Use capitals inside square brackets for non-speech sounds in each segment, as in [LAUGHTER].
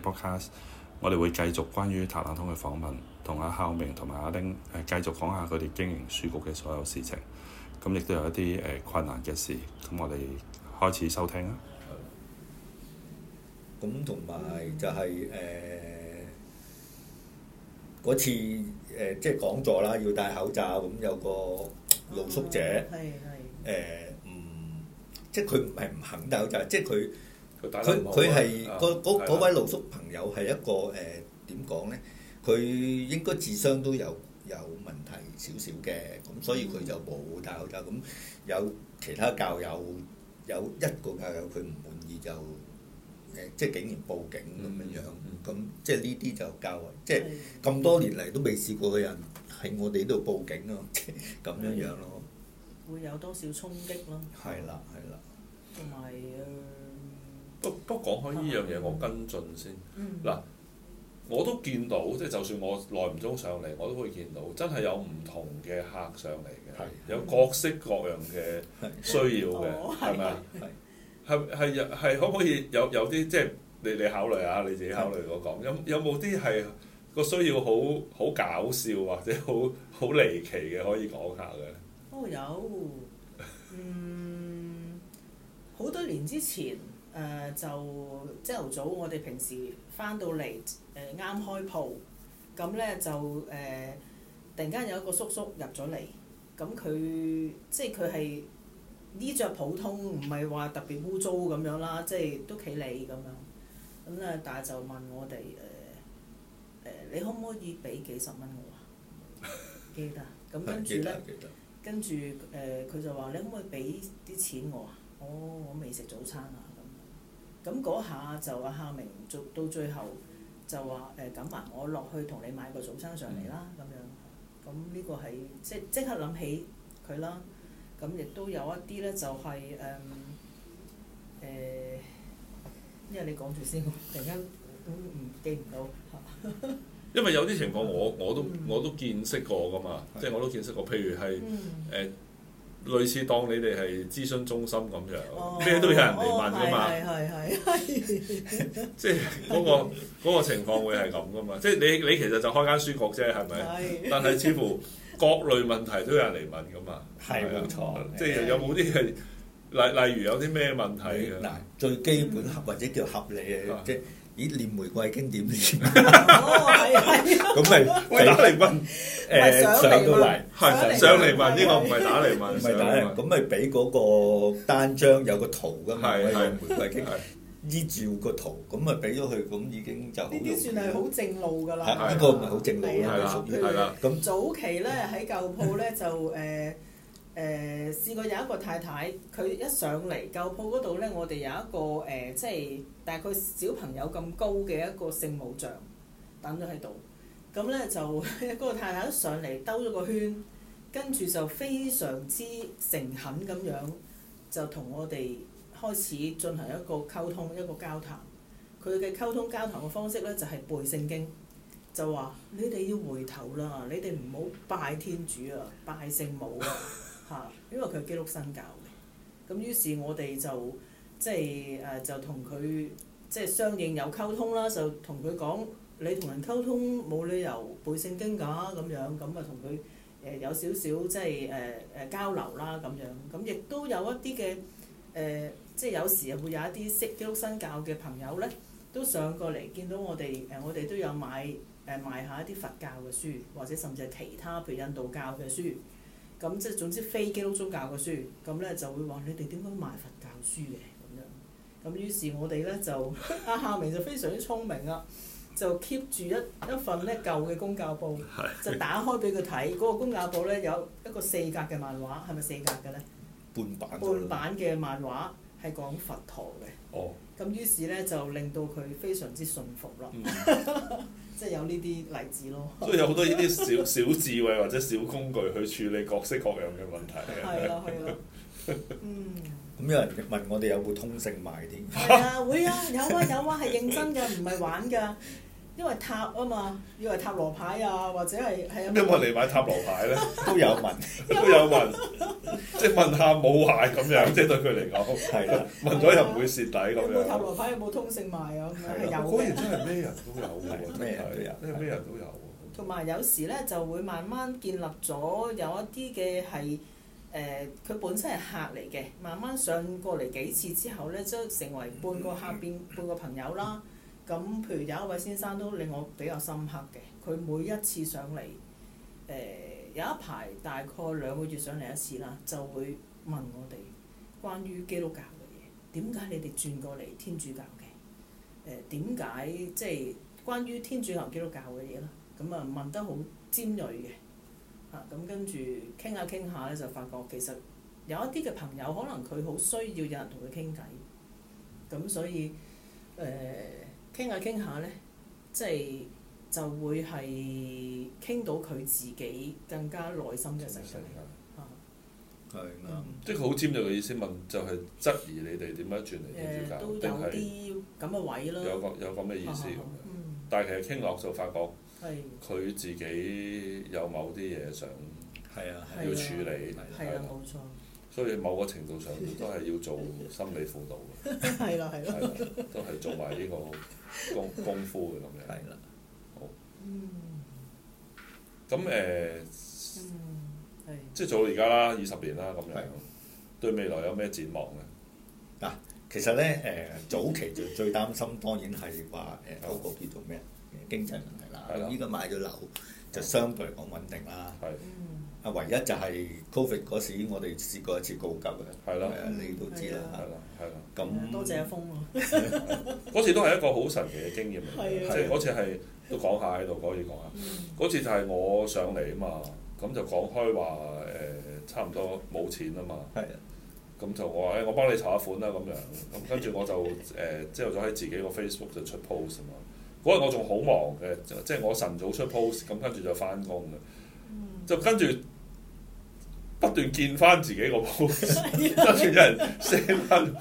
podcast，我哋會繼續關於塔冷通嘅訪問，同阿孝明同埋阿丁誒繼續講下佢哋經營書局嘅所有事情。咁亦都有一啲誒困難嘅事，咁我哋開始收聽啦。咁同埋就係誒呃嗰次誒、呃即係講座啦，要戴口罩咁有個露宿者誒唔、係即係佢唔係唔肯戴口罩，即係佢佢啊佢佢係啊嗰嗰嗰位露宿朋友係一個誒點講咧？佢、應該智商都有有問題少少嘅，咁所以佢就冇戴口罩。咁有其他教友有一個教友佢唔滿意就誒、即係竟然報警咁樣樣，咁、即係呢啲就較為即係。係咁多年嚟都未試過嘅人喺我哋呢度報警咯，即係 [LAUGHS] 咁樣樣咯，會有多少衝擊咯，係啦係啦，同埋呃誒不不過講開呢樣嘢，我跟進先。嗯嗱，我都見到，即係就算我耐唔中上嚟，我都會見到，真係有唔同嘅客上嚟嘅係，有各式各樣嘅需要嘅哦，係咪啊？係係係係可唔可以有有啲即係你你考慮下你自己考慮我講，嗯有有冇啲係個需要好好搞笑或者好好離奇嘅可以講下嘅咧？哦有，嗯，呃好多年之前誒、呃就朝頭早我哋平時翻到嚟誒呃啱開鋪，咁咧就誒、呃突然間有一個叔叔入咗嚟，咁佢即係佢係衣着普通，唔係話特別污糟咁樣啦，即係都企理咁樣，咁咧但係就問我哋誒誒你可唔可以俾幾十蚊我啊？記得啊，咁係跟住記咧得。記得，跟住誒，佢、就話：你可唔可以俾啲錢我啊？哦，我未食早餐啊咁。咁嗰下就阿夏明做到最後就話誒，咁、埋我落去同你買個早餐上嚟啦嗯咁樣。咁呢個係即即刻諗起佢啦。咁亦都有一啲咧就係誒誒，嗯呃因為你講住先，我突然間都唔記唔到嚇。因為有啲情況我我都嗯我都見識過噶嘛，係即係我都見識過，譬如係嗯。誒類似當你哋係諮詢中心咁哦樣，咩都有人嚟問噶嘛哦，係係係係。即係嗰個嗰個情況會係咁噶嘛，即係你你其實就開間書局啫，係咪？係。但係似乎各類問題都有人嚟問噶嘛，係係啊冇錯即係有冇啲係例例如有啲咩問題啊係嘅嗱？最基本合或者叫合理啊嘅，即係咦念玫瑰經點念， [LAUGHS] 哦，係係啊，咁咪喂，打嚟問誒上嚟上到嘛嚟。係上上嚟嚟問問呢個唔係打嚟唔問，上係打嚟人，問咁咪俾嗰個單張有個圖噶嘛，係有係玫瑰經係依照個圖，咁咪俾咗佢，咁已經就好呢啲算係好正路㗎啦。係呢個唔係好正路係係啊啦啦，係啦，咁早期咧喺舊鋪咧就誒誒、試過有一個太太，佢一上嚟舊鋪嗰度咧，我哋有一個誒、即係大概小朋友咁高嘅一個聖母像等咗喺度。咁咧就嗰個太太一上嚟兜咗個圈，跟住就非常之誠懇咁樣就同我哋開始進行一個溝通一個交談。佢嘅溝通交談嘅方式咧就係、背聖經。就話你哋要回頭啦，你哋唔好拜天主啊，拜聖母啊，嚇，因為佢係基督新教嘅。咁於是我哋就即係誒、呃就同佢即係相應有溝通啦，就同佢講你同人溝通冇理由背聖經㗎咁樣，咁啊同佢誒有少少即係誒誒交流啦咁樣，咁亦都有一啲嘅誒，即係有時啊會有一啲識基督新教嘅朋友咧。都上過嚟見到我哋誒、我哋都有買誒、賣呃下一啲佛教嘅書，或者甚至係其他譬如印度教嘅書，咁即係總之非基督宗教嘅書，咁咧就會話你哋點解賣佛教書嘅咁樣？咁於是我哋咧就 [LAUGHS] 阿夏明就非常之聰明啦，就 keep 住一一份咧舊嘅公教報，就打開俾佢睇，嗰、個公教報咧有一個四格嘅漫畫，係咪四格嘅咧？半版咗半啦版嘅漫畫係講佛陀嘅。哦，咁於是咧就令到佢非常之信服咯，嗯 [LAUGHS] 即係有呢啲例子咯。所以有好多呢啲小 [LAUGHS] 小智慧或者小工具去處理各式各樣嘅問題係啦，係 [LAUGHS] 啦，嗯，咁有人問我 [LAUGHS] 哋有冇通勝賣添？係啊，會啊，有啊，有啊，係認真嘅，唔係玩㗎。因為塔啊嘛，以為塔羅牌啊，或者係係有冇人嚟買塔羅牌 [LAUGHS] 咧？都有問，都有問，即係問下冇壞咁樣，即係對佢嚟講，係啦，問咗又唔會蝕底有咁冇塔樣。羅牌有冇通勝賣啊？咁樣係係有果嘅然。真係咩人都有喎，咩人都有真係咩人都有喎。同埋有時咧就會慢慢建立咗有一啲嘅係誒，佢、本身係客嚟嘅，慢慢上過嚟幾次之後咧，都成為半個客變半個朋友啦。咁譬如有一位先生都令我比較深刻嘅，佢每一次上嚟誒、呃有一排大概兩個月上嚟一次啦，就會問我哋關於基督教嘅嘢，點解你哋轉過嚟天主教嘅？誒點解即係？關於天主教基督教嘅嘢啦，咁啊問得好尖鋭嘅，啊咁跟住傾下傾下咧就發覺其實有一啲嘅朋友可能佢好需要有人同佢傾偈，咁所以誒傾下傾下咧，即係就會係傾到佢自己更加內心嘅世界啊，係啱。嗯即係佢好尖鋭嘅意思問，就係質疑你哋點解轉嚟天誒主教，都有定係啲咁嘅位啦，有個有咁嘅意思咁啊樣。嗯，但係其實傾落就發覺係佢自己有某啲嘢想係啊，係啊要處理，係啊係啦，啦，冇錯，所以某個程度上都係要做心理輔導 [LAUGHS] 嘅，係啦，係啦，係啦，都係做埋呢個 [LAUGHS] 功功夫嘅咁樣。係啦，嗯咁誒、呃嗯係。即係做到而家啦，二十年啦咁樣係，對未來有咩展望咧？其實咧誒早期就最擔心，當然係話誒嗰個叫做咩誒經濟問題啦。係啦咁依家買咗樓就相對嚟講穩定啦。係嗯啊，唯一就係 Covid 嗰時，我哋試過一次告急嘅。係啦係啊你都知係啦。啦係啦，咁多謝阿峰 [LAUGHS] 啊！嗰次都係一個好神奇嘅經驗嚟嘅，係啊即係嗰次係都講下喺度可以講下。嗰次就係我上嚟啊嘛，咁就講開話誒、呃差唔多冇錢啊嘛。係啊，咁就我話誒、我幫你查款啦咁樣，咁跟住我就誒之後就喺自己個 Facebook 就出 post 啊嘛。嗰日我仲好忙嘅，就即係我晨早出 post，咁跟住就翻工嘅，就跟住不斷見翻自己個 post，跟住有人 send 翻，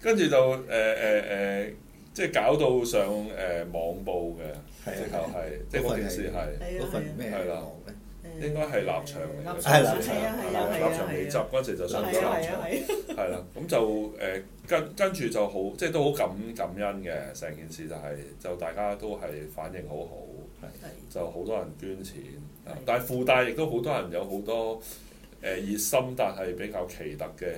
跟住就誒誒誒，即係搞到上誒、網報嘅，係啊直頭係，即係嗰件事係係啊嗰份咩係啦網咧？誒應該係立場嚟嘅，係立場係啊啊係係啊係啊啊立場美集嗰陣時就上咗立係啊場係。啊係啊！係啦，咁就誒、跟跟住就好，即係都好感感恩嘅成件事就係、就大家都係反應好好，係就好多人捐錢，啊係但係附帶亦都好多人有好多誒、熱心，但係比較奇特嘅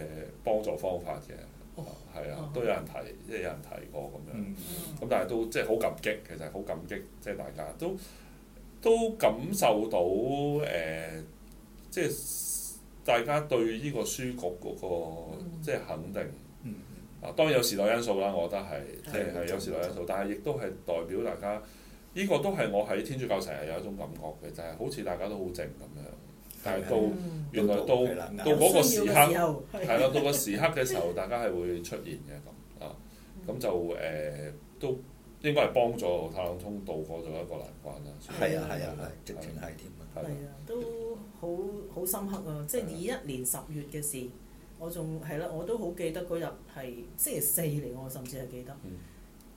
幫助方法嘅，哦啊係啊哦，都有人提，即係有人提過咁樣，嗯，咁但係都即係好感激，其實好感激，即係大家都都感受到誒、即係大家對呢個書局嗰、個、嗯即係肯定。嗯啊，當然有時代因素啦，我覺得係係即係係有時代因素，但係亦都係代表大家呢、個都係我喺天主教成日有一種感覺嘅，就係、好似大家都好靜咁樣，但係到嗯原來到啊係啦到嗰個時需刻，要嘅時候係啊係啦，到個時刻嘅時候，大家係會出現嘅咁啊，嗯咁就誒、都應該係幫助太朗通渡過咗一個難關啦。係啊係啊係，直情係添啊。係啦係啊，都好好深刻啊！即係係啊二一年十月嘅事，我仲係啦，我都好記得嗰日係星期四嚟，我甚至係記得。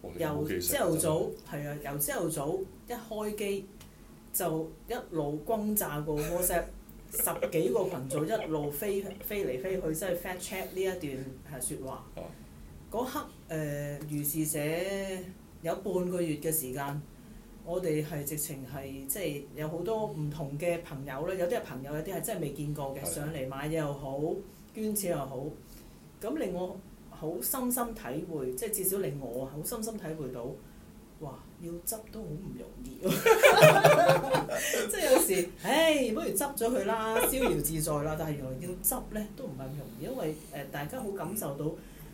我哋由冇記性朝頭真係早係啊，由朝頭早一開機就一路轟炸個 WhatsApp，十幾個群組一路飛飛嚟飛去，即係 fact check 呢一段係説話哦。嗰刻誒、呃如是者有半個月嘅時間，我哋係直情係即係有好多唔同嘅朋友咧，有啲係朋友，有啲係真係未見過嘅，係上嚟買嘢又好，捐錢又好，咁令我好深深體會，即係至少令我啊好深深體會到，哇！要執都好唔容易喎， [LAUGHS] 即係有時，唉，不如執咗佢啦，逍遙自在啦。但係原來要執咧都唔係咁容易，因為誒、呃大家好感受到，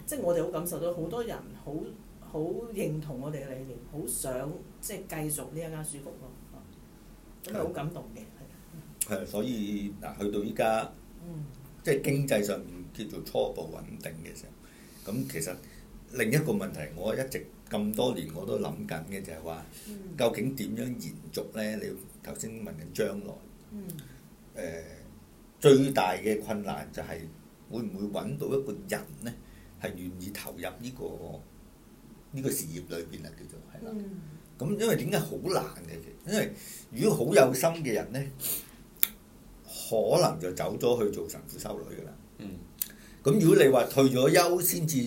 即係我哋好感受到好多人好好認同我哋嘅理念，好想即係繼續呢一間書局咯。啊咁係好感動嘅，係係啊，所以嗱，去到依家嗯即係經濟上面叫做初步穩定嘅時候，咁其實另一個問題，我一直咁多年我都諗緊嘅就係話，嗯究竟點樣延續咧？你頭先問緊將來，誒、嗯最大嘅困難就係會唔會揾到一個人咧，係願意投入呢、個呢、個事業裏邊啊，叫做係啦。嗯，咁因為點解好難嘅？因為如果好有心嘅人咧，可能就走咗去做神父修女噶啦。嗯。咁如果你話退咗休先至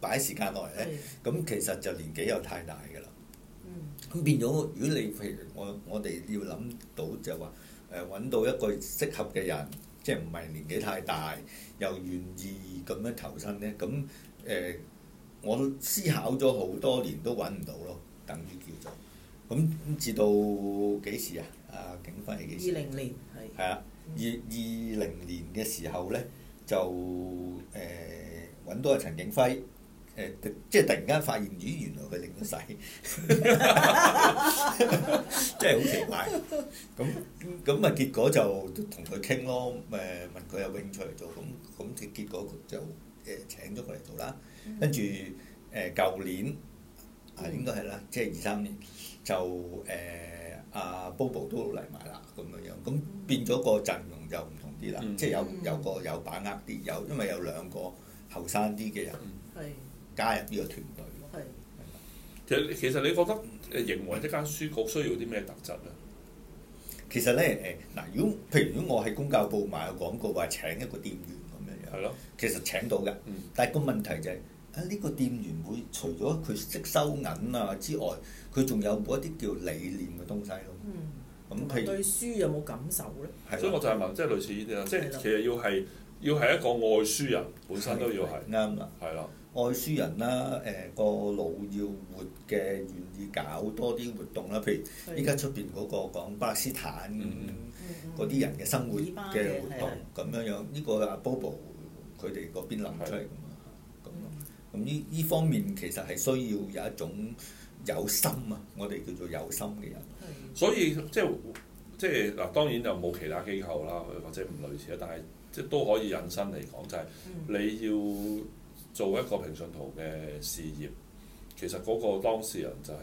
擺時間落嚟咧，係咁其實就年紀又太大㗎啦。嗯咁變咗，如果你譬如我我哋要諗到就話誒揾到一個適合嘅人，即係唔係年紀太大又願意咁樣投身咧，咁誒、呃我思考咗好多年都揾唔到咯，等於叫做咁至到幾時啊？啊，景輝係幾時？二零年係。係啦，二二零年嘅時候咧，就誒揾、到阿陳景輝，誒、突即係突然間發現，咦，原來佢領咗洗， [LAUGHS] 真係好奇怪。咁咁啊，結果就同佢傾咯，誒、問佢有興趣嚟做，咁咁結結果就誒、呃請咗佢嚟做啦。跟住誒舊年啊，應該係啦，即係二三年就誒阿、Bobo 都嚟埋啦，咁樣樣，咁變咗個陣容就唔同啲啦，嗯即係有嗯有個有把握啲，有因為有兩個後生啲嘅人係加入呢個團隊咯。係其實其實你覺得誒營運一間書局需要啲咩特質咧？其實咧誒嗱，如果譬如如果我喺公教部賣個廣告話請一個店員咁樣樣啊係。咯，其實請到嘅嗯，但係個問題就係、啊呢、個店員會除咗佢識收銀啊之外，佢仲有冇一啲叫理念嘅東西咯？嗯。咁佢譬如對書有冇感受咧？所以我係啊就係問，即係類似呢啲啦，即係係啦其實要係要係一個愛書人，本身都要係，啱啦，係啦，愛書人啦，誒、個腦要活嘅，願意搞多啲活動啦。譬如係依家出邊嗰個講巴勒斯坦啊嗯嗰啲人嘅生活以巴嘅嘅活啊動咁樣樣，呢個阿 Bobo 佢哋嗰邊諗出嚟㗎嘛，咁咯。嗯咁呢呢方面其實係需要有一種有心啊，我哋叫做有心嘅人。係所以即係即係嗱，當然就冇其他機構啦，或者唔類似啦，但係即係都可以引申嚟講，就係嗯你要做一個平信徒嘅事業。其實嗰個當事人就係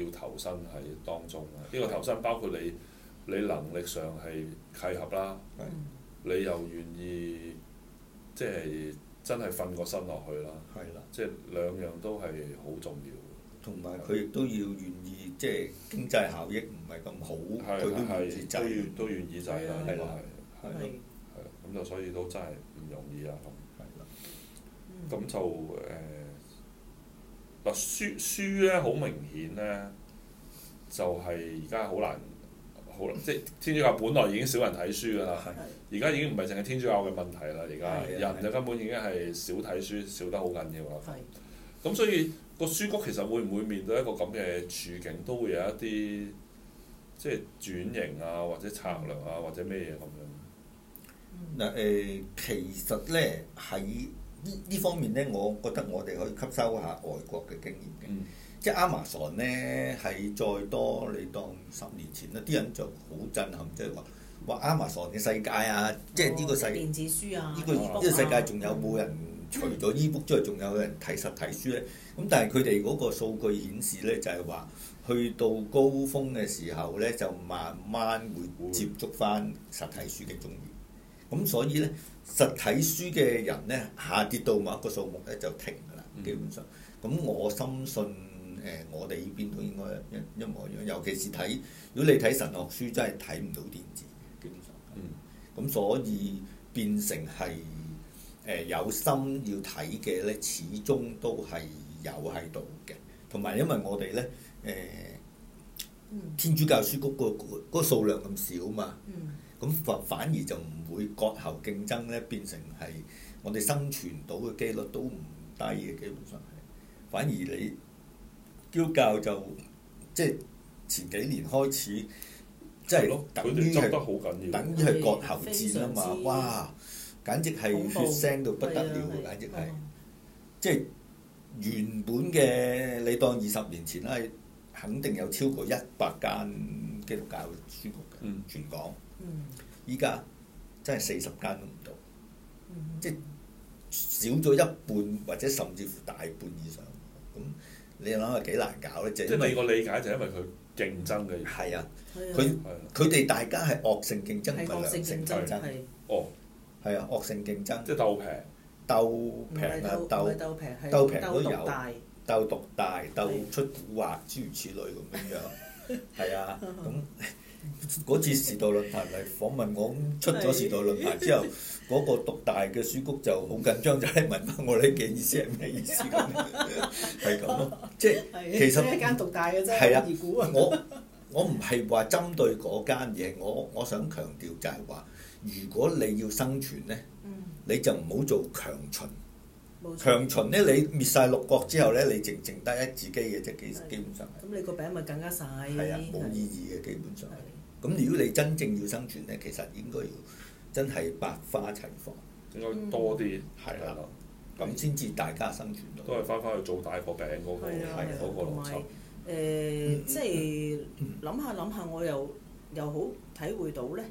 要要投身喺當中啦。呢、個投身包括你你能力上係契合啦，係嗯你又願意即係真係瞓個身落去啦，係啦，即係兩樣都係好重要。同埋佢亦都要願意，即係經濟效益唔係咁好，係佢都願意係制都要都願意制啦，呢個係係啦係係咯，係啦咁就所以都真係唔容易啊啦。係啦，嗯咁咁就誒呃嗱書書咧好明顯咧，就係而家好難好即係天主教本來已經少人睇書㗎啦。係係而家已經唔係淨係天主教嘅問題啦，而家係啊人就根本已經係少睇書，少得好緊要啦。嗯係咁所以個書局其實會唔會面對一個咁嘅呃處境，都會有一啲即係轉型啊，或者策略啊，或者咩嘢咁樣？嗱誒、其實咧喺呢呢方面咧，我覺得我哋可以吸收下外國嘅經驗嘅。嗯，即係 Amazon 咧係再多，你當十年前咧，啲人就好震撼，即係話話 Amazon 嘅世界啊，即係呢個世哦呢、電子書啊，個呢、 e-book 個世界啊仲有冇人除咗 ebook 之外，仲有人睇實體書咧？咁但係佢哋嗰個數據顯示咧，就係話去到高峰嘅時候咧，就慢慢會接觸翻實體書嘅中意。咁所以咧，實體書嘅人咧下跌到某一個數目咧就停㗎啦，嗯基本上。咁我深信誒、呃我哋呢邊都應該一一模一樣，尤其是睇如果你睇神學書，真係睇唔到電子，基本上。嗯。咁所以變成係誒、呃有心要睇嘅咧，始終都係有喺度嘅。同埋因為我哋咧誒呃嗯天主教書局個嗰個數量咁少嘛，嗯咁反反而就唔會割喉競爭咧，變成係我哋生存到嘅機率都唔低嘅，基本上係。反而你基督教就即係前幾年開始，即係係咯，佢等哋於執係得好緊要。等於係割喉戰啊嘛！非常之哇，簡直係恐怖血腥到不得了，係啊簡直係係即係原本嘅你當二十年前啦，肯定有超過一百間基督教書局嘅、嗯全港，嗯依家真係四十間都唔到，嗯即係少咗一半或者甚至乎大半以上。咁你諗下幾難搞咧？就即係因係為你個理解就係因為佢競爭嘅，係啊，係啊佢係啊佢哋大家係惡性競爭，唔係係惡良性性競競爭爭，係哦，係啊，惡性競爭即係鬥平。鬥唔平係啊，鬥鬥唔係。鬥平係鬥平都鬥有獨大鬥獨大、鬥出古惑，諸如此類咁樣樣。 [LAUGHS] 係啊，嗯咁 [LAUGHS] 嗰次時代論壇嚟訪問我，咁出咗時代論壇 [LAUGHS] 之後，嗰、個獨大嘅書谷就好緊張，就係問翻我呢嘅意思係咩意思咁， [LAUGHS] 係咁咯，即係。哦係 [LAUGHS] 其實一間獨大嘅啫，係啊易估啊，我我唔係話針對嗰間嘢，我我想強調就係話，如果你要生存呢，嗯，你就唔好做強秦。冇錯。強秦呢，你滅晒六國之後呢，你淨淨得一自己嘅啫，基係基本上咁你個餅咪更加細，係係啊，冇意義嘅基本上。咁如果你真正要生存呢，其實應該要真係百花齊放，嗯應該多啲係啦咯，咁先至大家生存到都。係翻翻去做大個餅嗰個係啊係係啊嗰個同邏埋輯。誒，即係諗下諗下，我又又好體會到咧，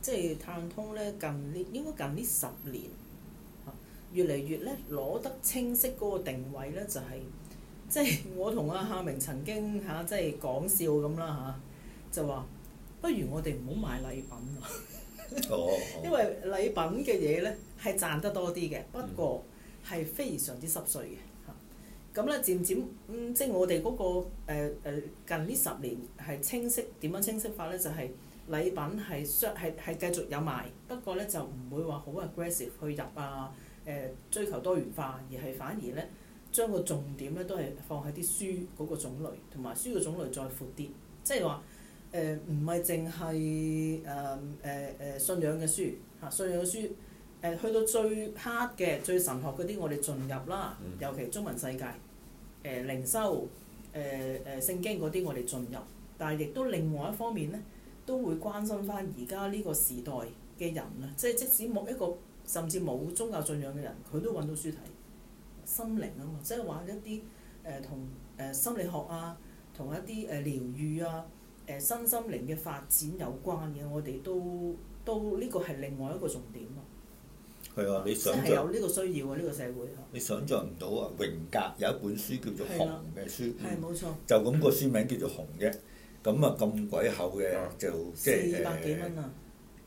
即係碳通咧近呢應該近呢十年，啊越嚟越咧攞得清晰嗰個定位咧，就係、即係我同阿夏明曾經嚇、即係講笑咁啦嚇，就話不如我哋唔好賣禮品啦。哦，因為禮品嘅嘢咧係賺得多啲嘅，不過係非常之濕碎嘅嚇。咁咧漸漸嗯，即係我哋嗰、個誒、呃呃近呢十年係清晰點樣清晰法咧，就係、禮品係相係係繼續有賣，不過咧就唔會話好 aggressive 去入啊誒、呃追求多元化，而係反而咧將個重點咧都係放喺啲書嗰個種類，同埋書嘅種類再闊啲，即係話。誒呃唔係淨係誒誒誒信仰嘅書嚇、信仰嘅書誒、呃去到最 hard 嘅、最神學嗰啲，我哋進入啦，嗯尤其中文世界誒、呃靈修誒誒、聖經嗰啲，我哋進入，但係亦都另外一方面咧，都會關心翻而家呢個時代嘅人啊，即係即使冇一個甚至冇宗教信仰嘅人，佢都揾到書睇心靈啊嘛，即係話一啲誒同誒心理學啊，同一啲誒療愈啊。誒、身心靈嘅發展有關嘅，我哋都都呢個係另外一個重點咯。係啊，你即想嗯係象有呢個需要啊，呢、個社會啊，你想象唔到啊！榮格有一本書叫做《係紅啦》嘅書。係冇錯，就咁個書名叫做紅嘅，咁啊咁鬼厚嘅啊就即係四百幾蚊啊，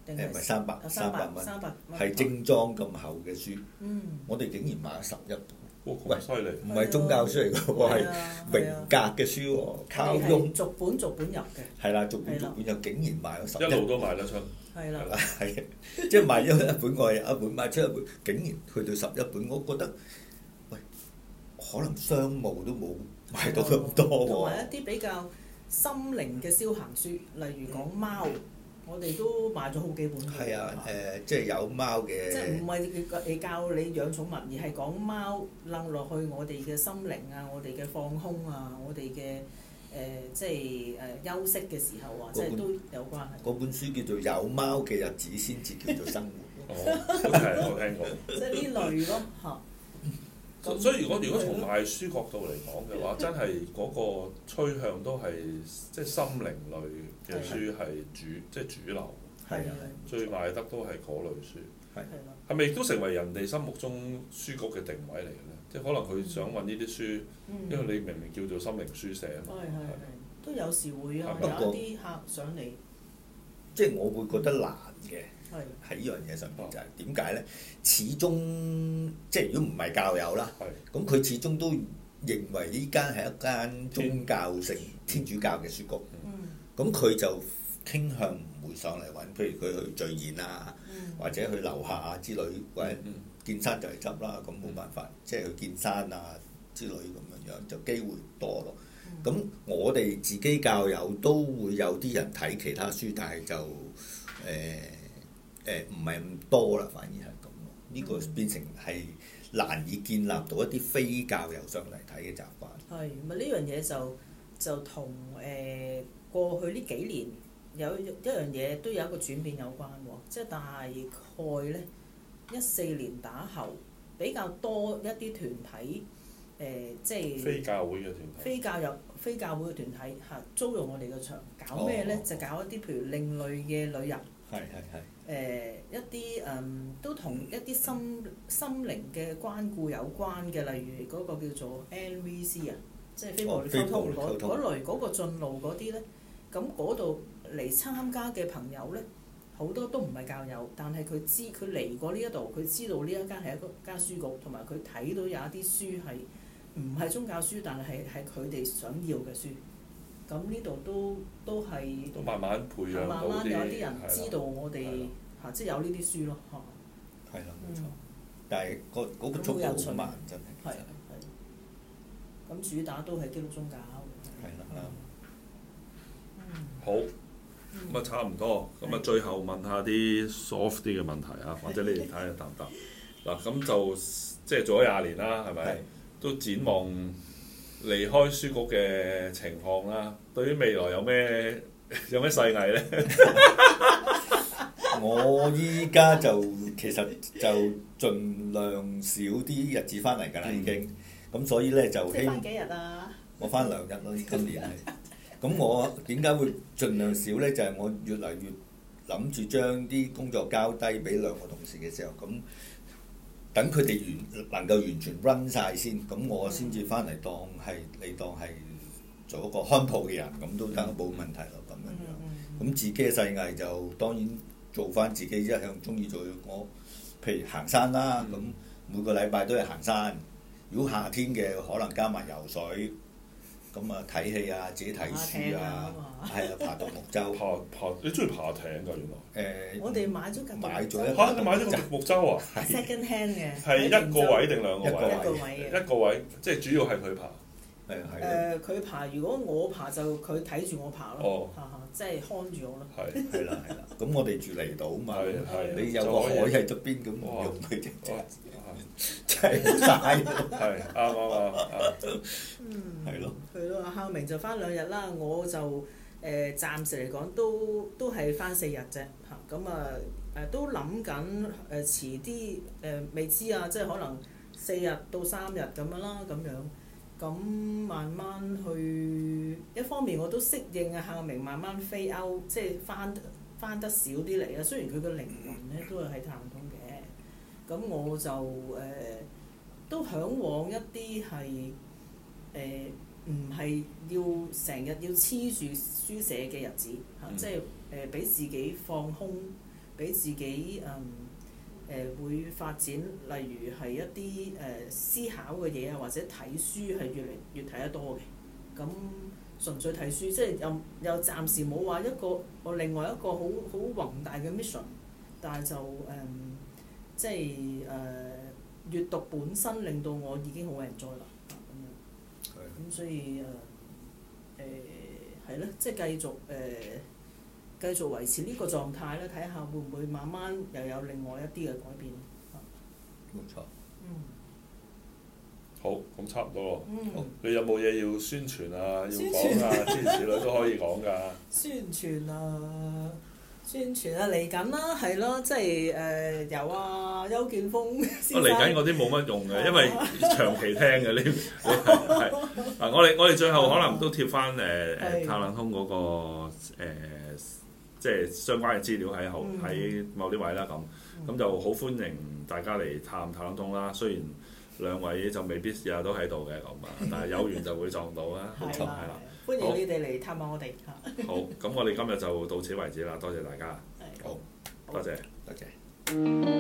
定誒唔係係三百啊三三百百蚊，三百蚊，啊係精裝咁厚嘅書，嗯，我哋竟然買十一本，哇喂咁犀利！唔係宗教書嚟嘅喎，係啊榮格嘅書喎，靠係啊翁逐本逐本入嘅，係啦，逐本係逐啦本就竟然買咗十一路一都賣得出，係啦係，本，係即係買咗一本我有一本，買出一本，竟然去到十一本，我覺得喂，可能商務都冇買到咁同多喎，埋一啲比較心靈嘅消閒書，例如講貓，我哋都買咗好幾本嘅。係啊誒，即係有貓嘅即係唔係你教你養寵物，而係講貓楞落去我哋嘅心靈啊，我哋嘅放空啊，我哋嘅誒即係誒、呃休息嘅時候啊，即係都有關係。嗰本書叫做《有貓嘅日子先至叫做生活哦，真係我聽過。即係呢類咯嚇。所所以如果如果從賣書角度嚟講嘅話，真係嗰個趨向都係即係心靈類嘅啊書係主即係主流，係啊最賣得都係嗰類書。係啦，係咪亦都成為人哋心目中書局嘅定位嚟嘅咧？即係可能佢想揾呢啲書，嗯，因為你明明叫做心靈書社啊係嘛。係係都有時會啊，係有不過一啲客上嚟即係我會覺得難嘅係喺呢樣嘢上面就係點解呢？始終即係如果唔係教友啦，係咁佢始終都認為呢間係一間宗教性天主教嘅書局，嗯咁佢就傾向唔會上嚟揾，譬如佢去聚宴啊，嗯或者去樓下啊之類，或者嗯見山就係執啦，咁冇辦法，即係去見山啊之類咁樣樣就機會多咯。咁我哋自己教友都會有啲人睇其他書，但係就誒誒唔係咁多啦，反而係咁咯。呢、個變成係難以建立到一啲非教友上嚟睇嘅習慣。係咪呢樣嘢就就同誒過去呢幾年有一一樣嘢都有一個轉變有關喎，即係大概咧一四年打後比較多一啲團體誒、即係非教會嘅團體。嗯非教入非教會嘅團體嚇、租用我哋嘅場，搞咩咧？哦就搞一啲譬如另類嘅旅遊。係係誒、呃一啲誒、嗯都同一啲心心靈嘅關顧有關嘅，例如嗰個叫做 NVC 啊，即係非暴力溝通哦嗰非暴力溝通嗰類嗰個進路嗰啲咧，咁嗰度嚟參加嘅朋友咧，好多都唔係教友，但係佢知佢嚟過呢一度，佢知道呢一間係一個間書局，同埋佢睇到有一啲書係誒、唔係宗教書，但係係佢哋想要嘅書。咁呢度都都係都慢慢培養慢到慢啲有啲人係啦知道我係哋啦嚇，即係有呢啲書咯嚇。係啦，冇錯嗯。但係個嗰個速度好慢，真係。係其實係。咁主打都係基督宗教。嗯係啦啱好，咁啊差唔多，咁啊嗯最後問下啲 soft 啲嘅問題 [LAUGHS] 啊，或者你哋睇下答唔答？嗱，咁就即係做咗廿年啦，係咪？都展望離開書局嘅情況啦。對於未來有咩 [LAUGHS] 有咩細藝咧？我依家就其實就盡量少啲日子翻嚟㗎啦，已經。咁所以咧就即希係翻幾日啊？我翻兩日咯，今年 [LAUGHS] 係。咁我點解會盡量少咧？就係、我越嚟越諗住將啲工作交低俾兩個同事嘅時候，咁等佢哋完能夠完全 run 晒先，咁我先至翻嚟當係你當係做一個看鋪嘅人，咁都得冇問題咯，咁樣嗯樣。嗯咁自己嘅世藝就當然做翻自己一向中意做嘅我，譬如行山啦，咁、每個禮拜都係行山。如果夏天嘅可能加埋游水，咁啊睇戲啊，自己睇書啊爬，係啊，爬獨木舟。 [LAUGHS] 爬爬，你中意爬艇㗎原來？誒，我哋買咗架買咗一嚇！你買咗個獨 [LAUGHS] 木舟啊？ second hand 嘅，係一個位定兩個一個位？一個位嘅。一個位，即係主要係佢爬。係啊係啊，誒佢爬，如果我爬就佢睇住我爬哦咯，嚇嚇，即係看住我咯。係係啦係啦。咁我哋住離島嘛，係係你有個海喺側邊，咁唔哇用佢真哇真係曬。係啱啱啱。嗯係咯。係咯，阿孝明就翻兩日啦，我就誒、呃、暫時嚟講都都係翻四日啫嚇，咁啊誒都諗緊誒遲啲誒未知啊，即係可能四日到三日咁樣啦，咁樣咁慢慢去一方面我都適應啊，孝明慢慢飛歐，即係翻翻得少啲嚟啊。雖然佢嘅靈魂咧都係喺探通嘅，咁我就誒、呃都嚮往一啲係。誒呃唔係要成日要黐住書寫嘅日子嚇，嗯即係誒俾自己放空，俾自己嗯誒、會發展，例如係一啲誒、呃思考嘅嘢啊，或者睇書係越嚟越睇得多嘅。咁純粹睇書，即係又又暫時冇話一個我另外一個好好宏大嘅 mission，但係就誒、嗯即係誒、閱讀本身令到我已經好 enjoy 啦啊咁樣。咁所以誒誒係咯，即係繼續誒、呃、繼續維持呢個狀態啦，睇下會唔會慢慢又有另外一啲嘅改變。冇錯，嗯好，咁差唔多咯。好嗯，你有冇嘢要宣傳啊？要宣講啊，諸如此類都可以講㗎。宣傳啊！宣傳啊，嚟緊啦，係咯，即係誒、呃有啊，邱建峰先我生哦啊嚟緊嗰啲冇乜用哦嘅，因為長期聽嘅呢係嗱，我哋我哋最後可能都貼翻誒誒係塔冷通嗰個呃即係相關嘅資料喺後嗯喺某啲位啦咁，咁就好歡迎大家嚟探塔冷通啦。雖然兩位就未必日日都喺度嘅咁啊，但係有緣就會撞到啦。 [LAUGHS] 係係啦啦，，歡好迎你哋嚟探望我哋嚇。好，咁我哋今日就到此為止啦，多謝大家，係好，多謝。多謝。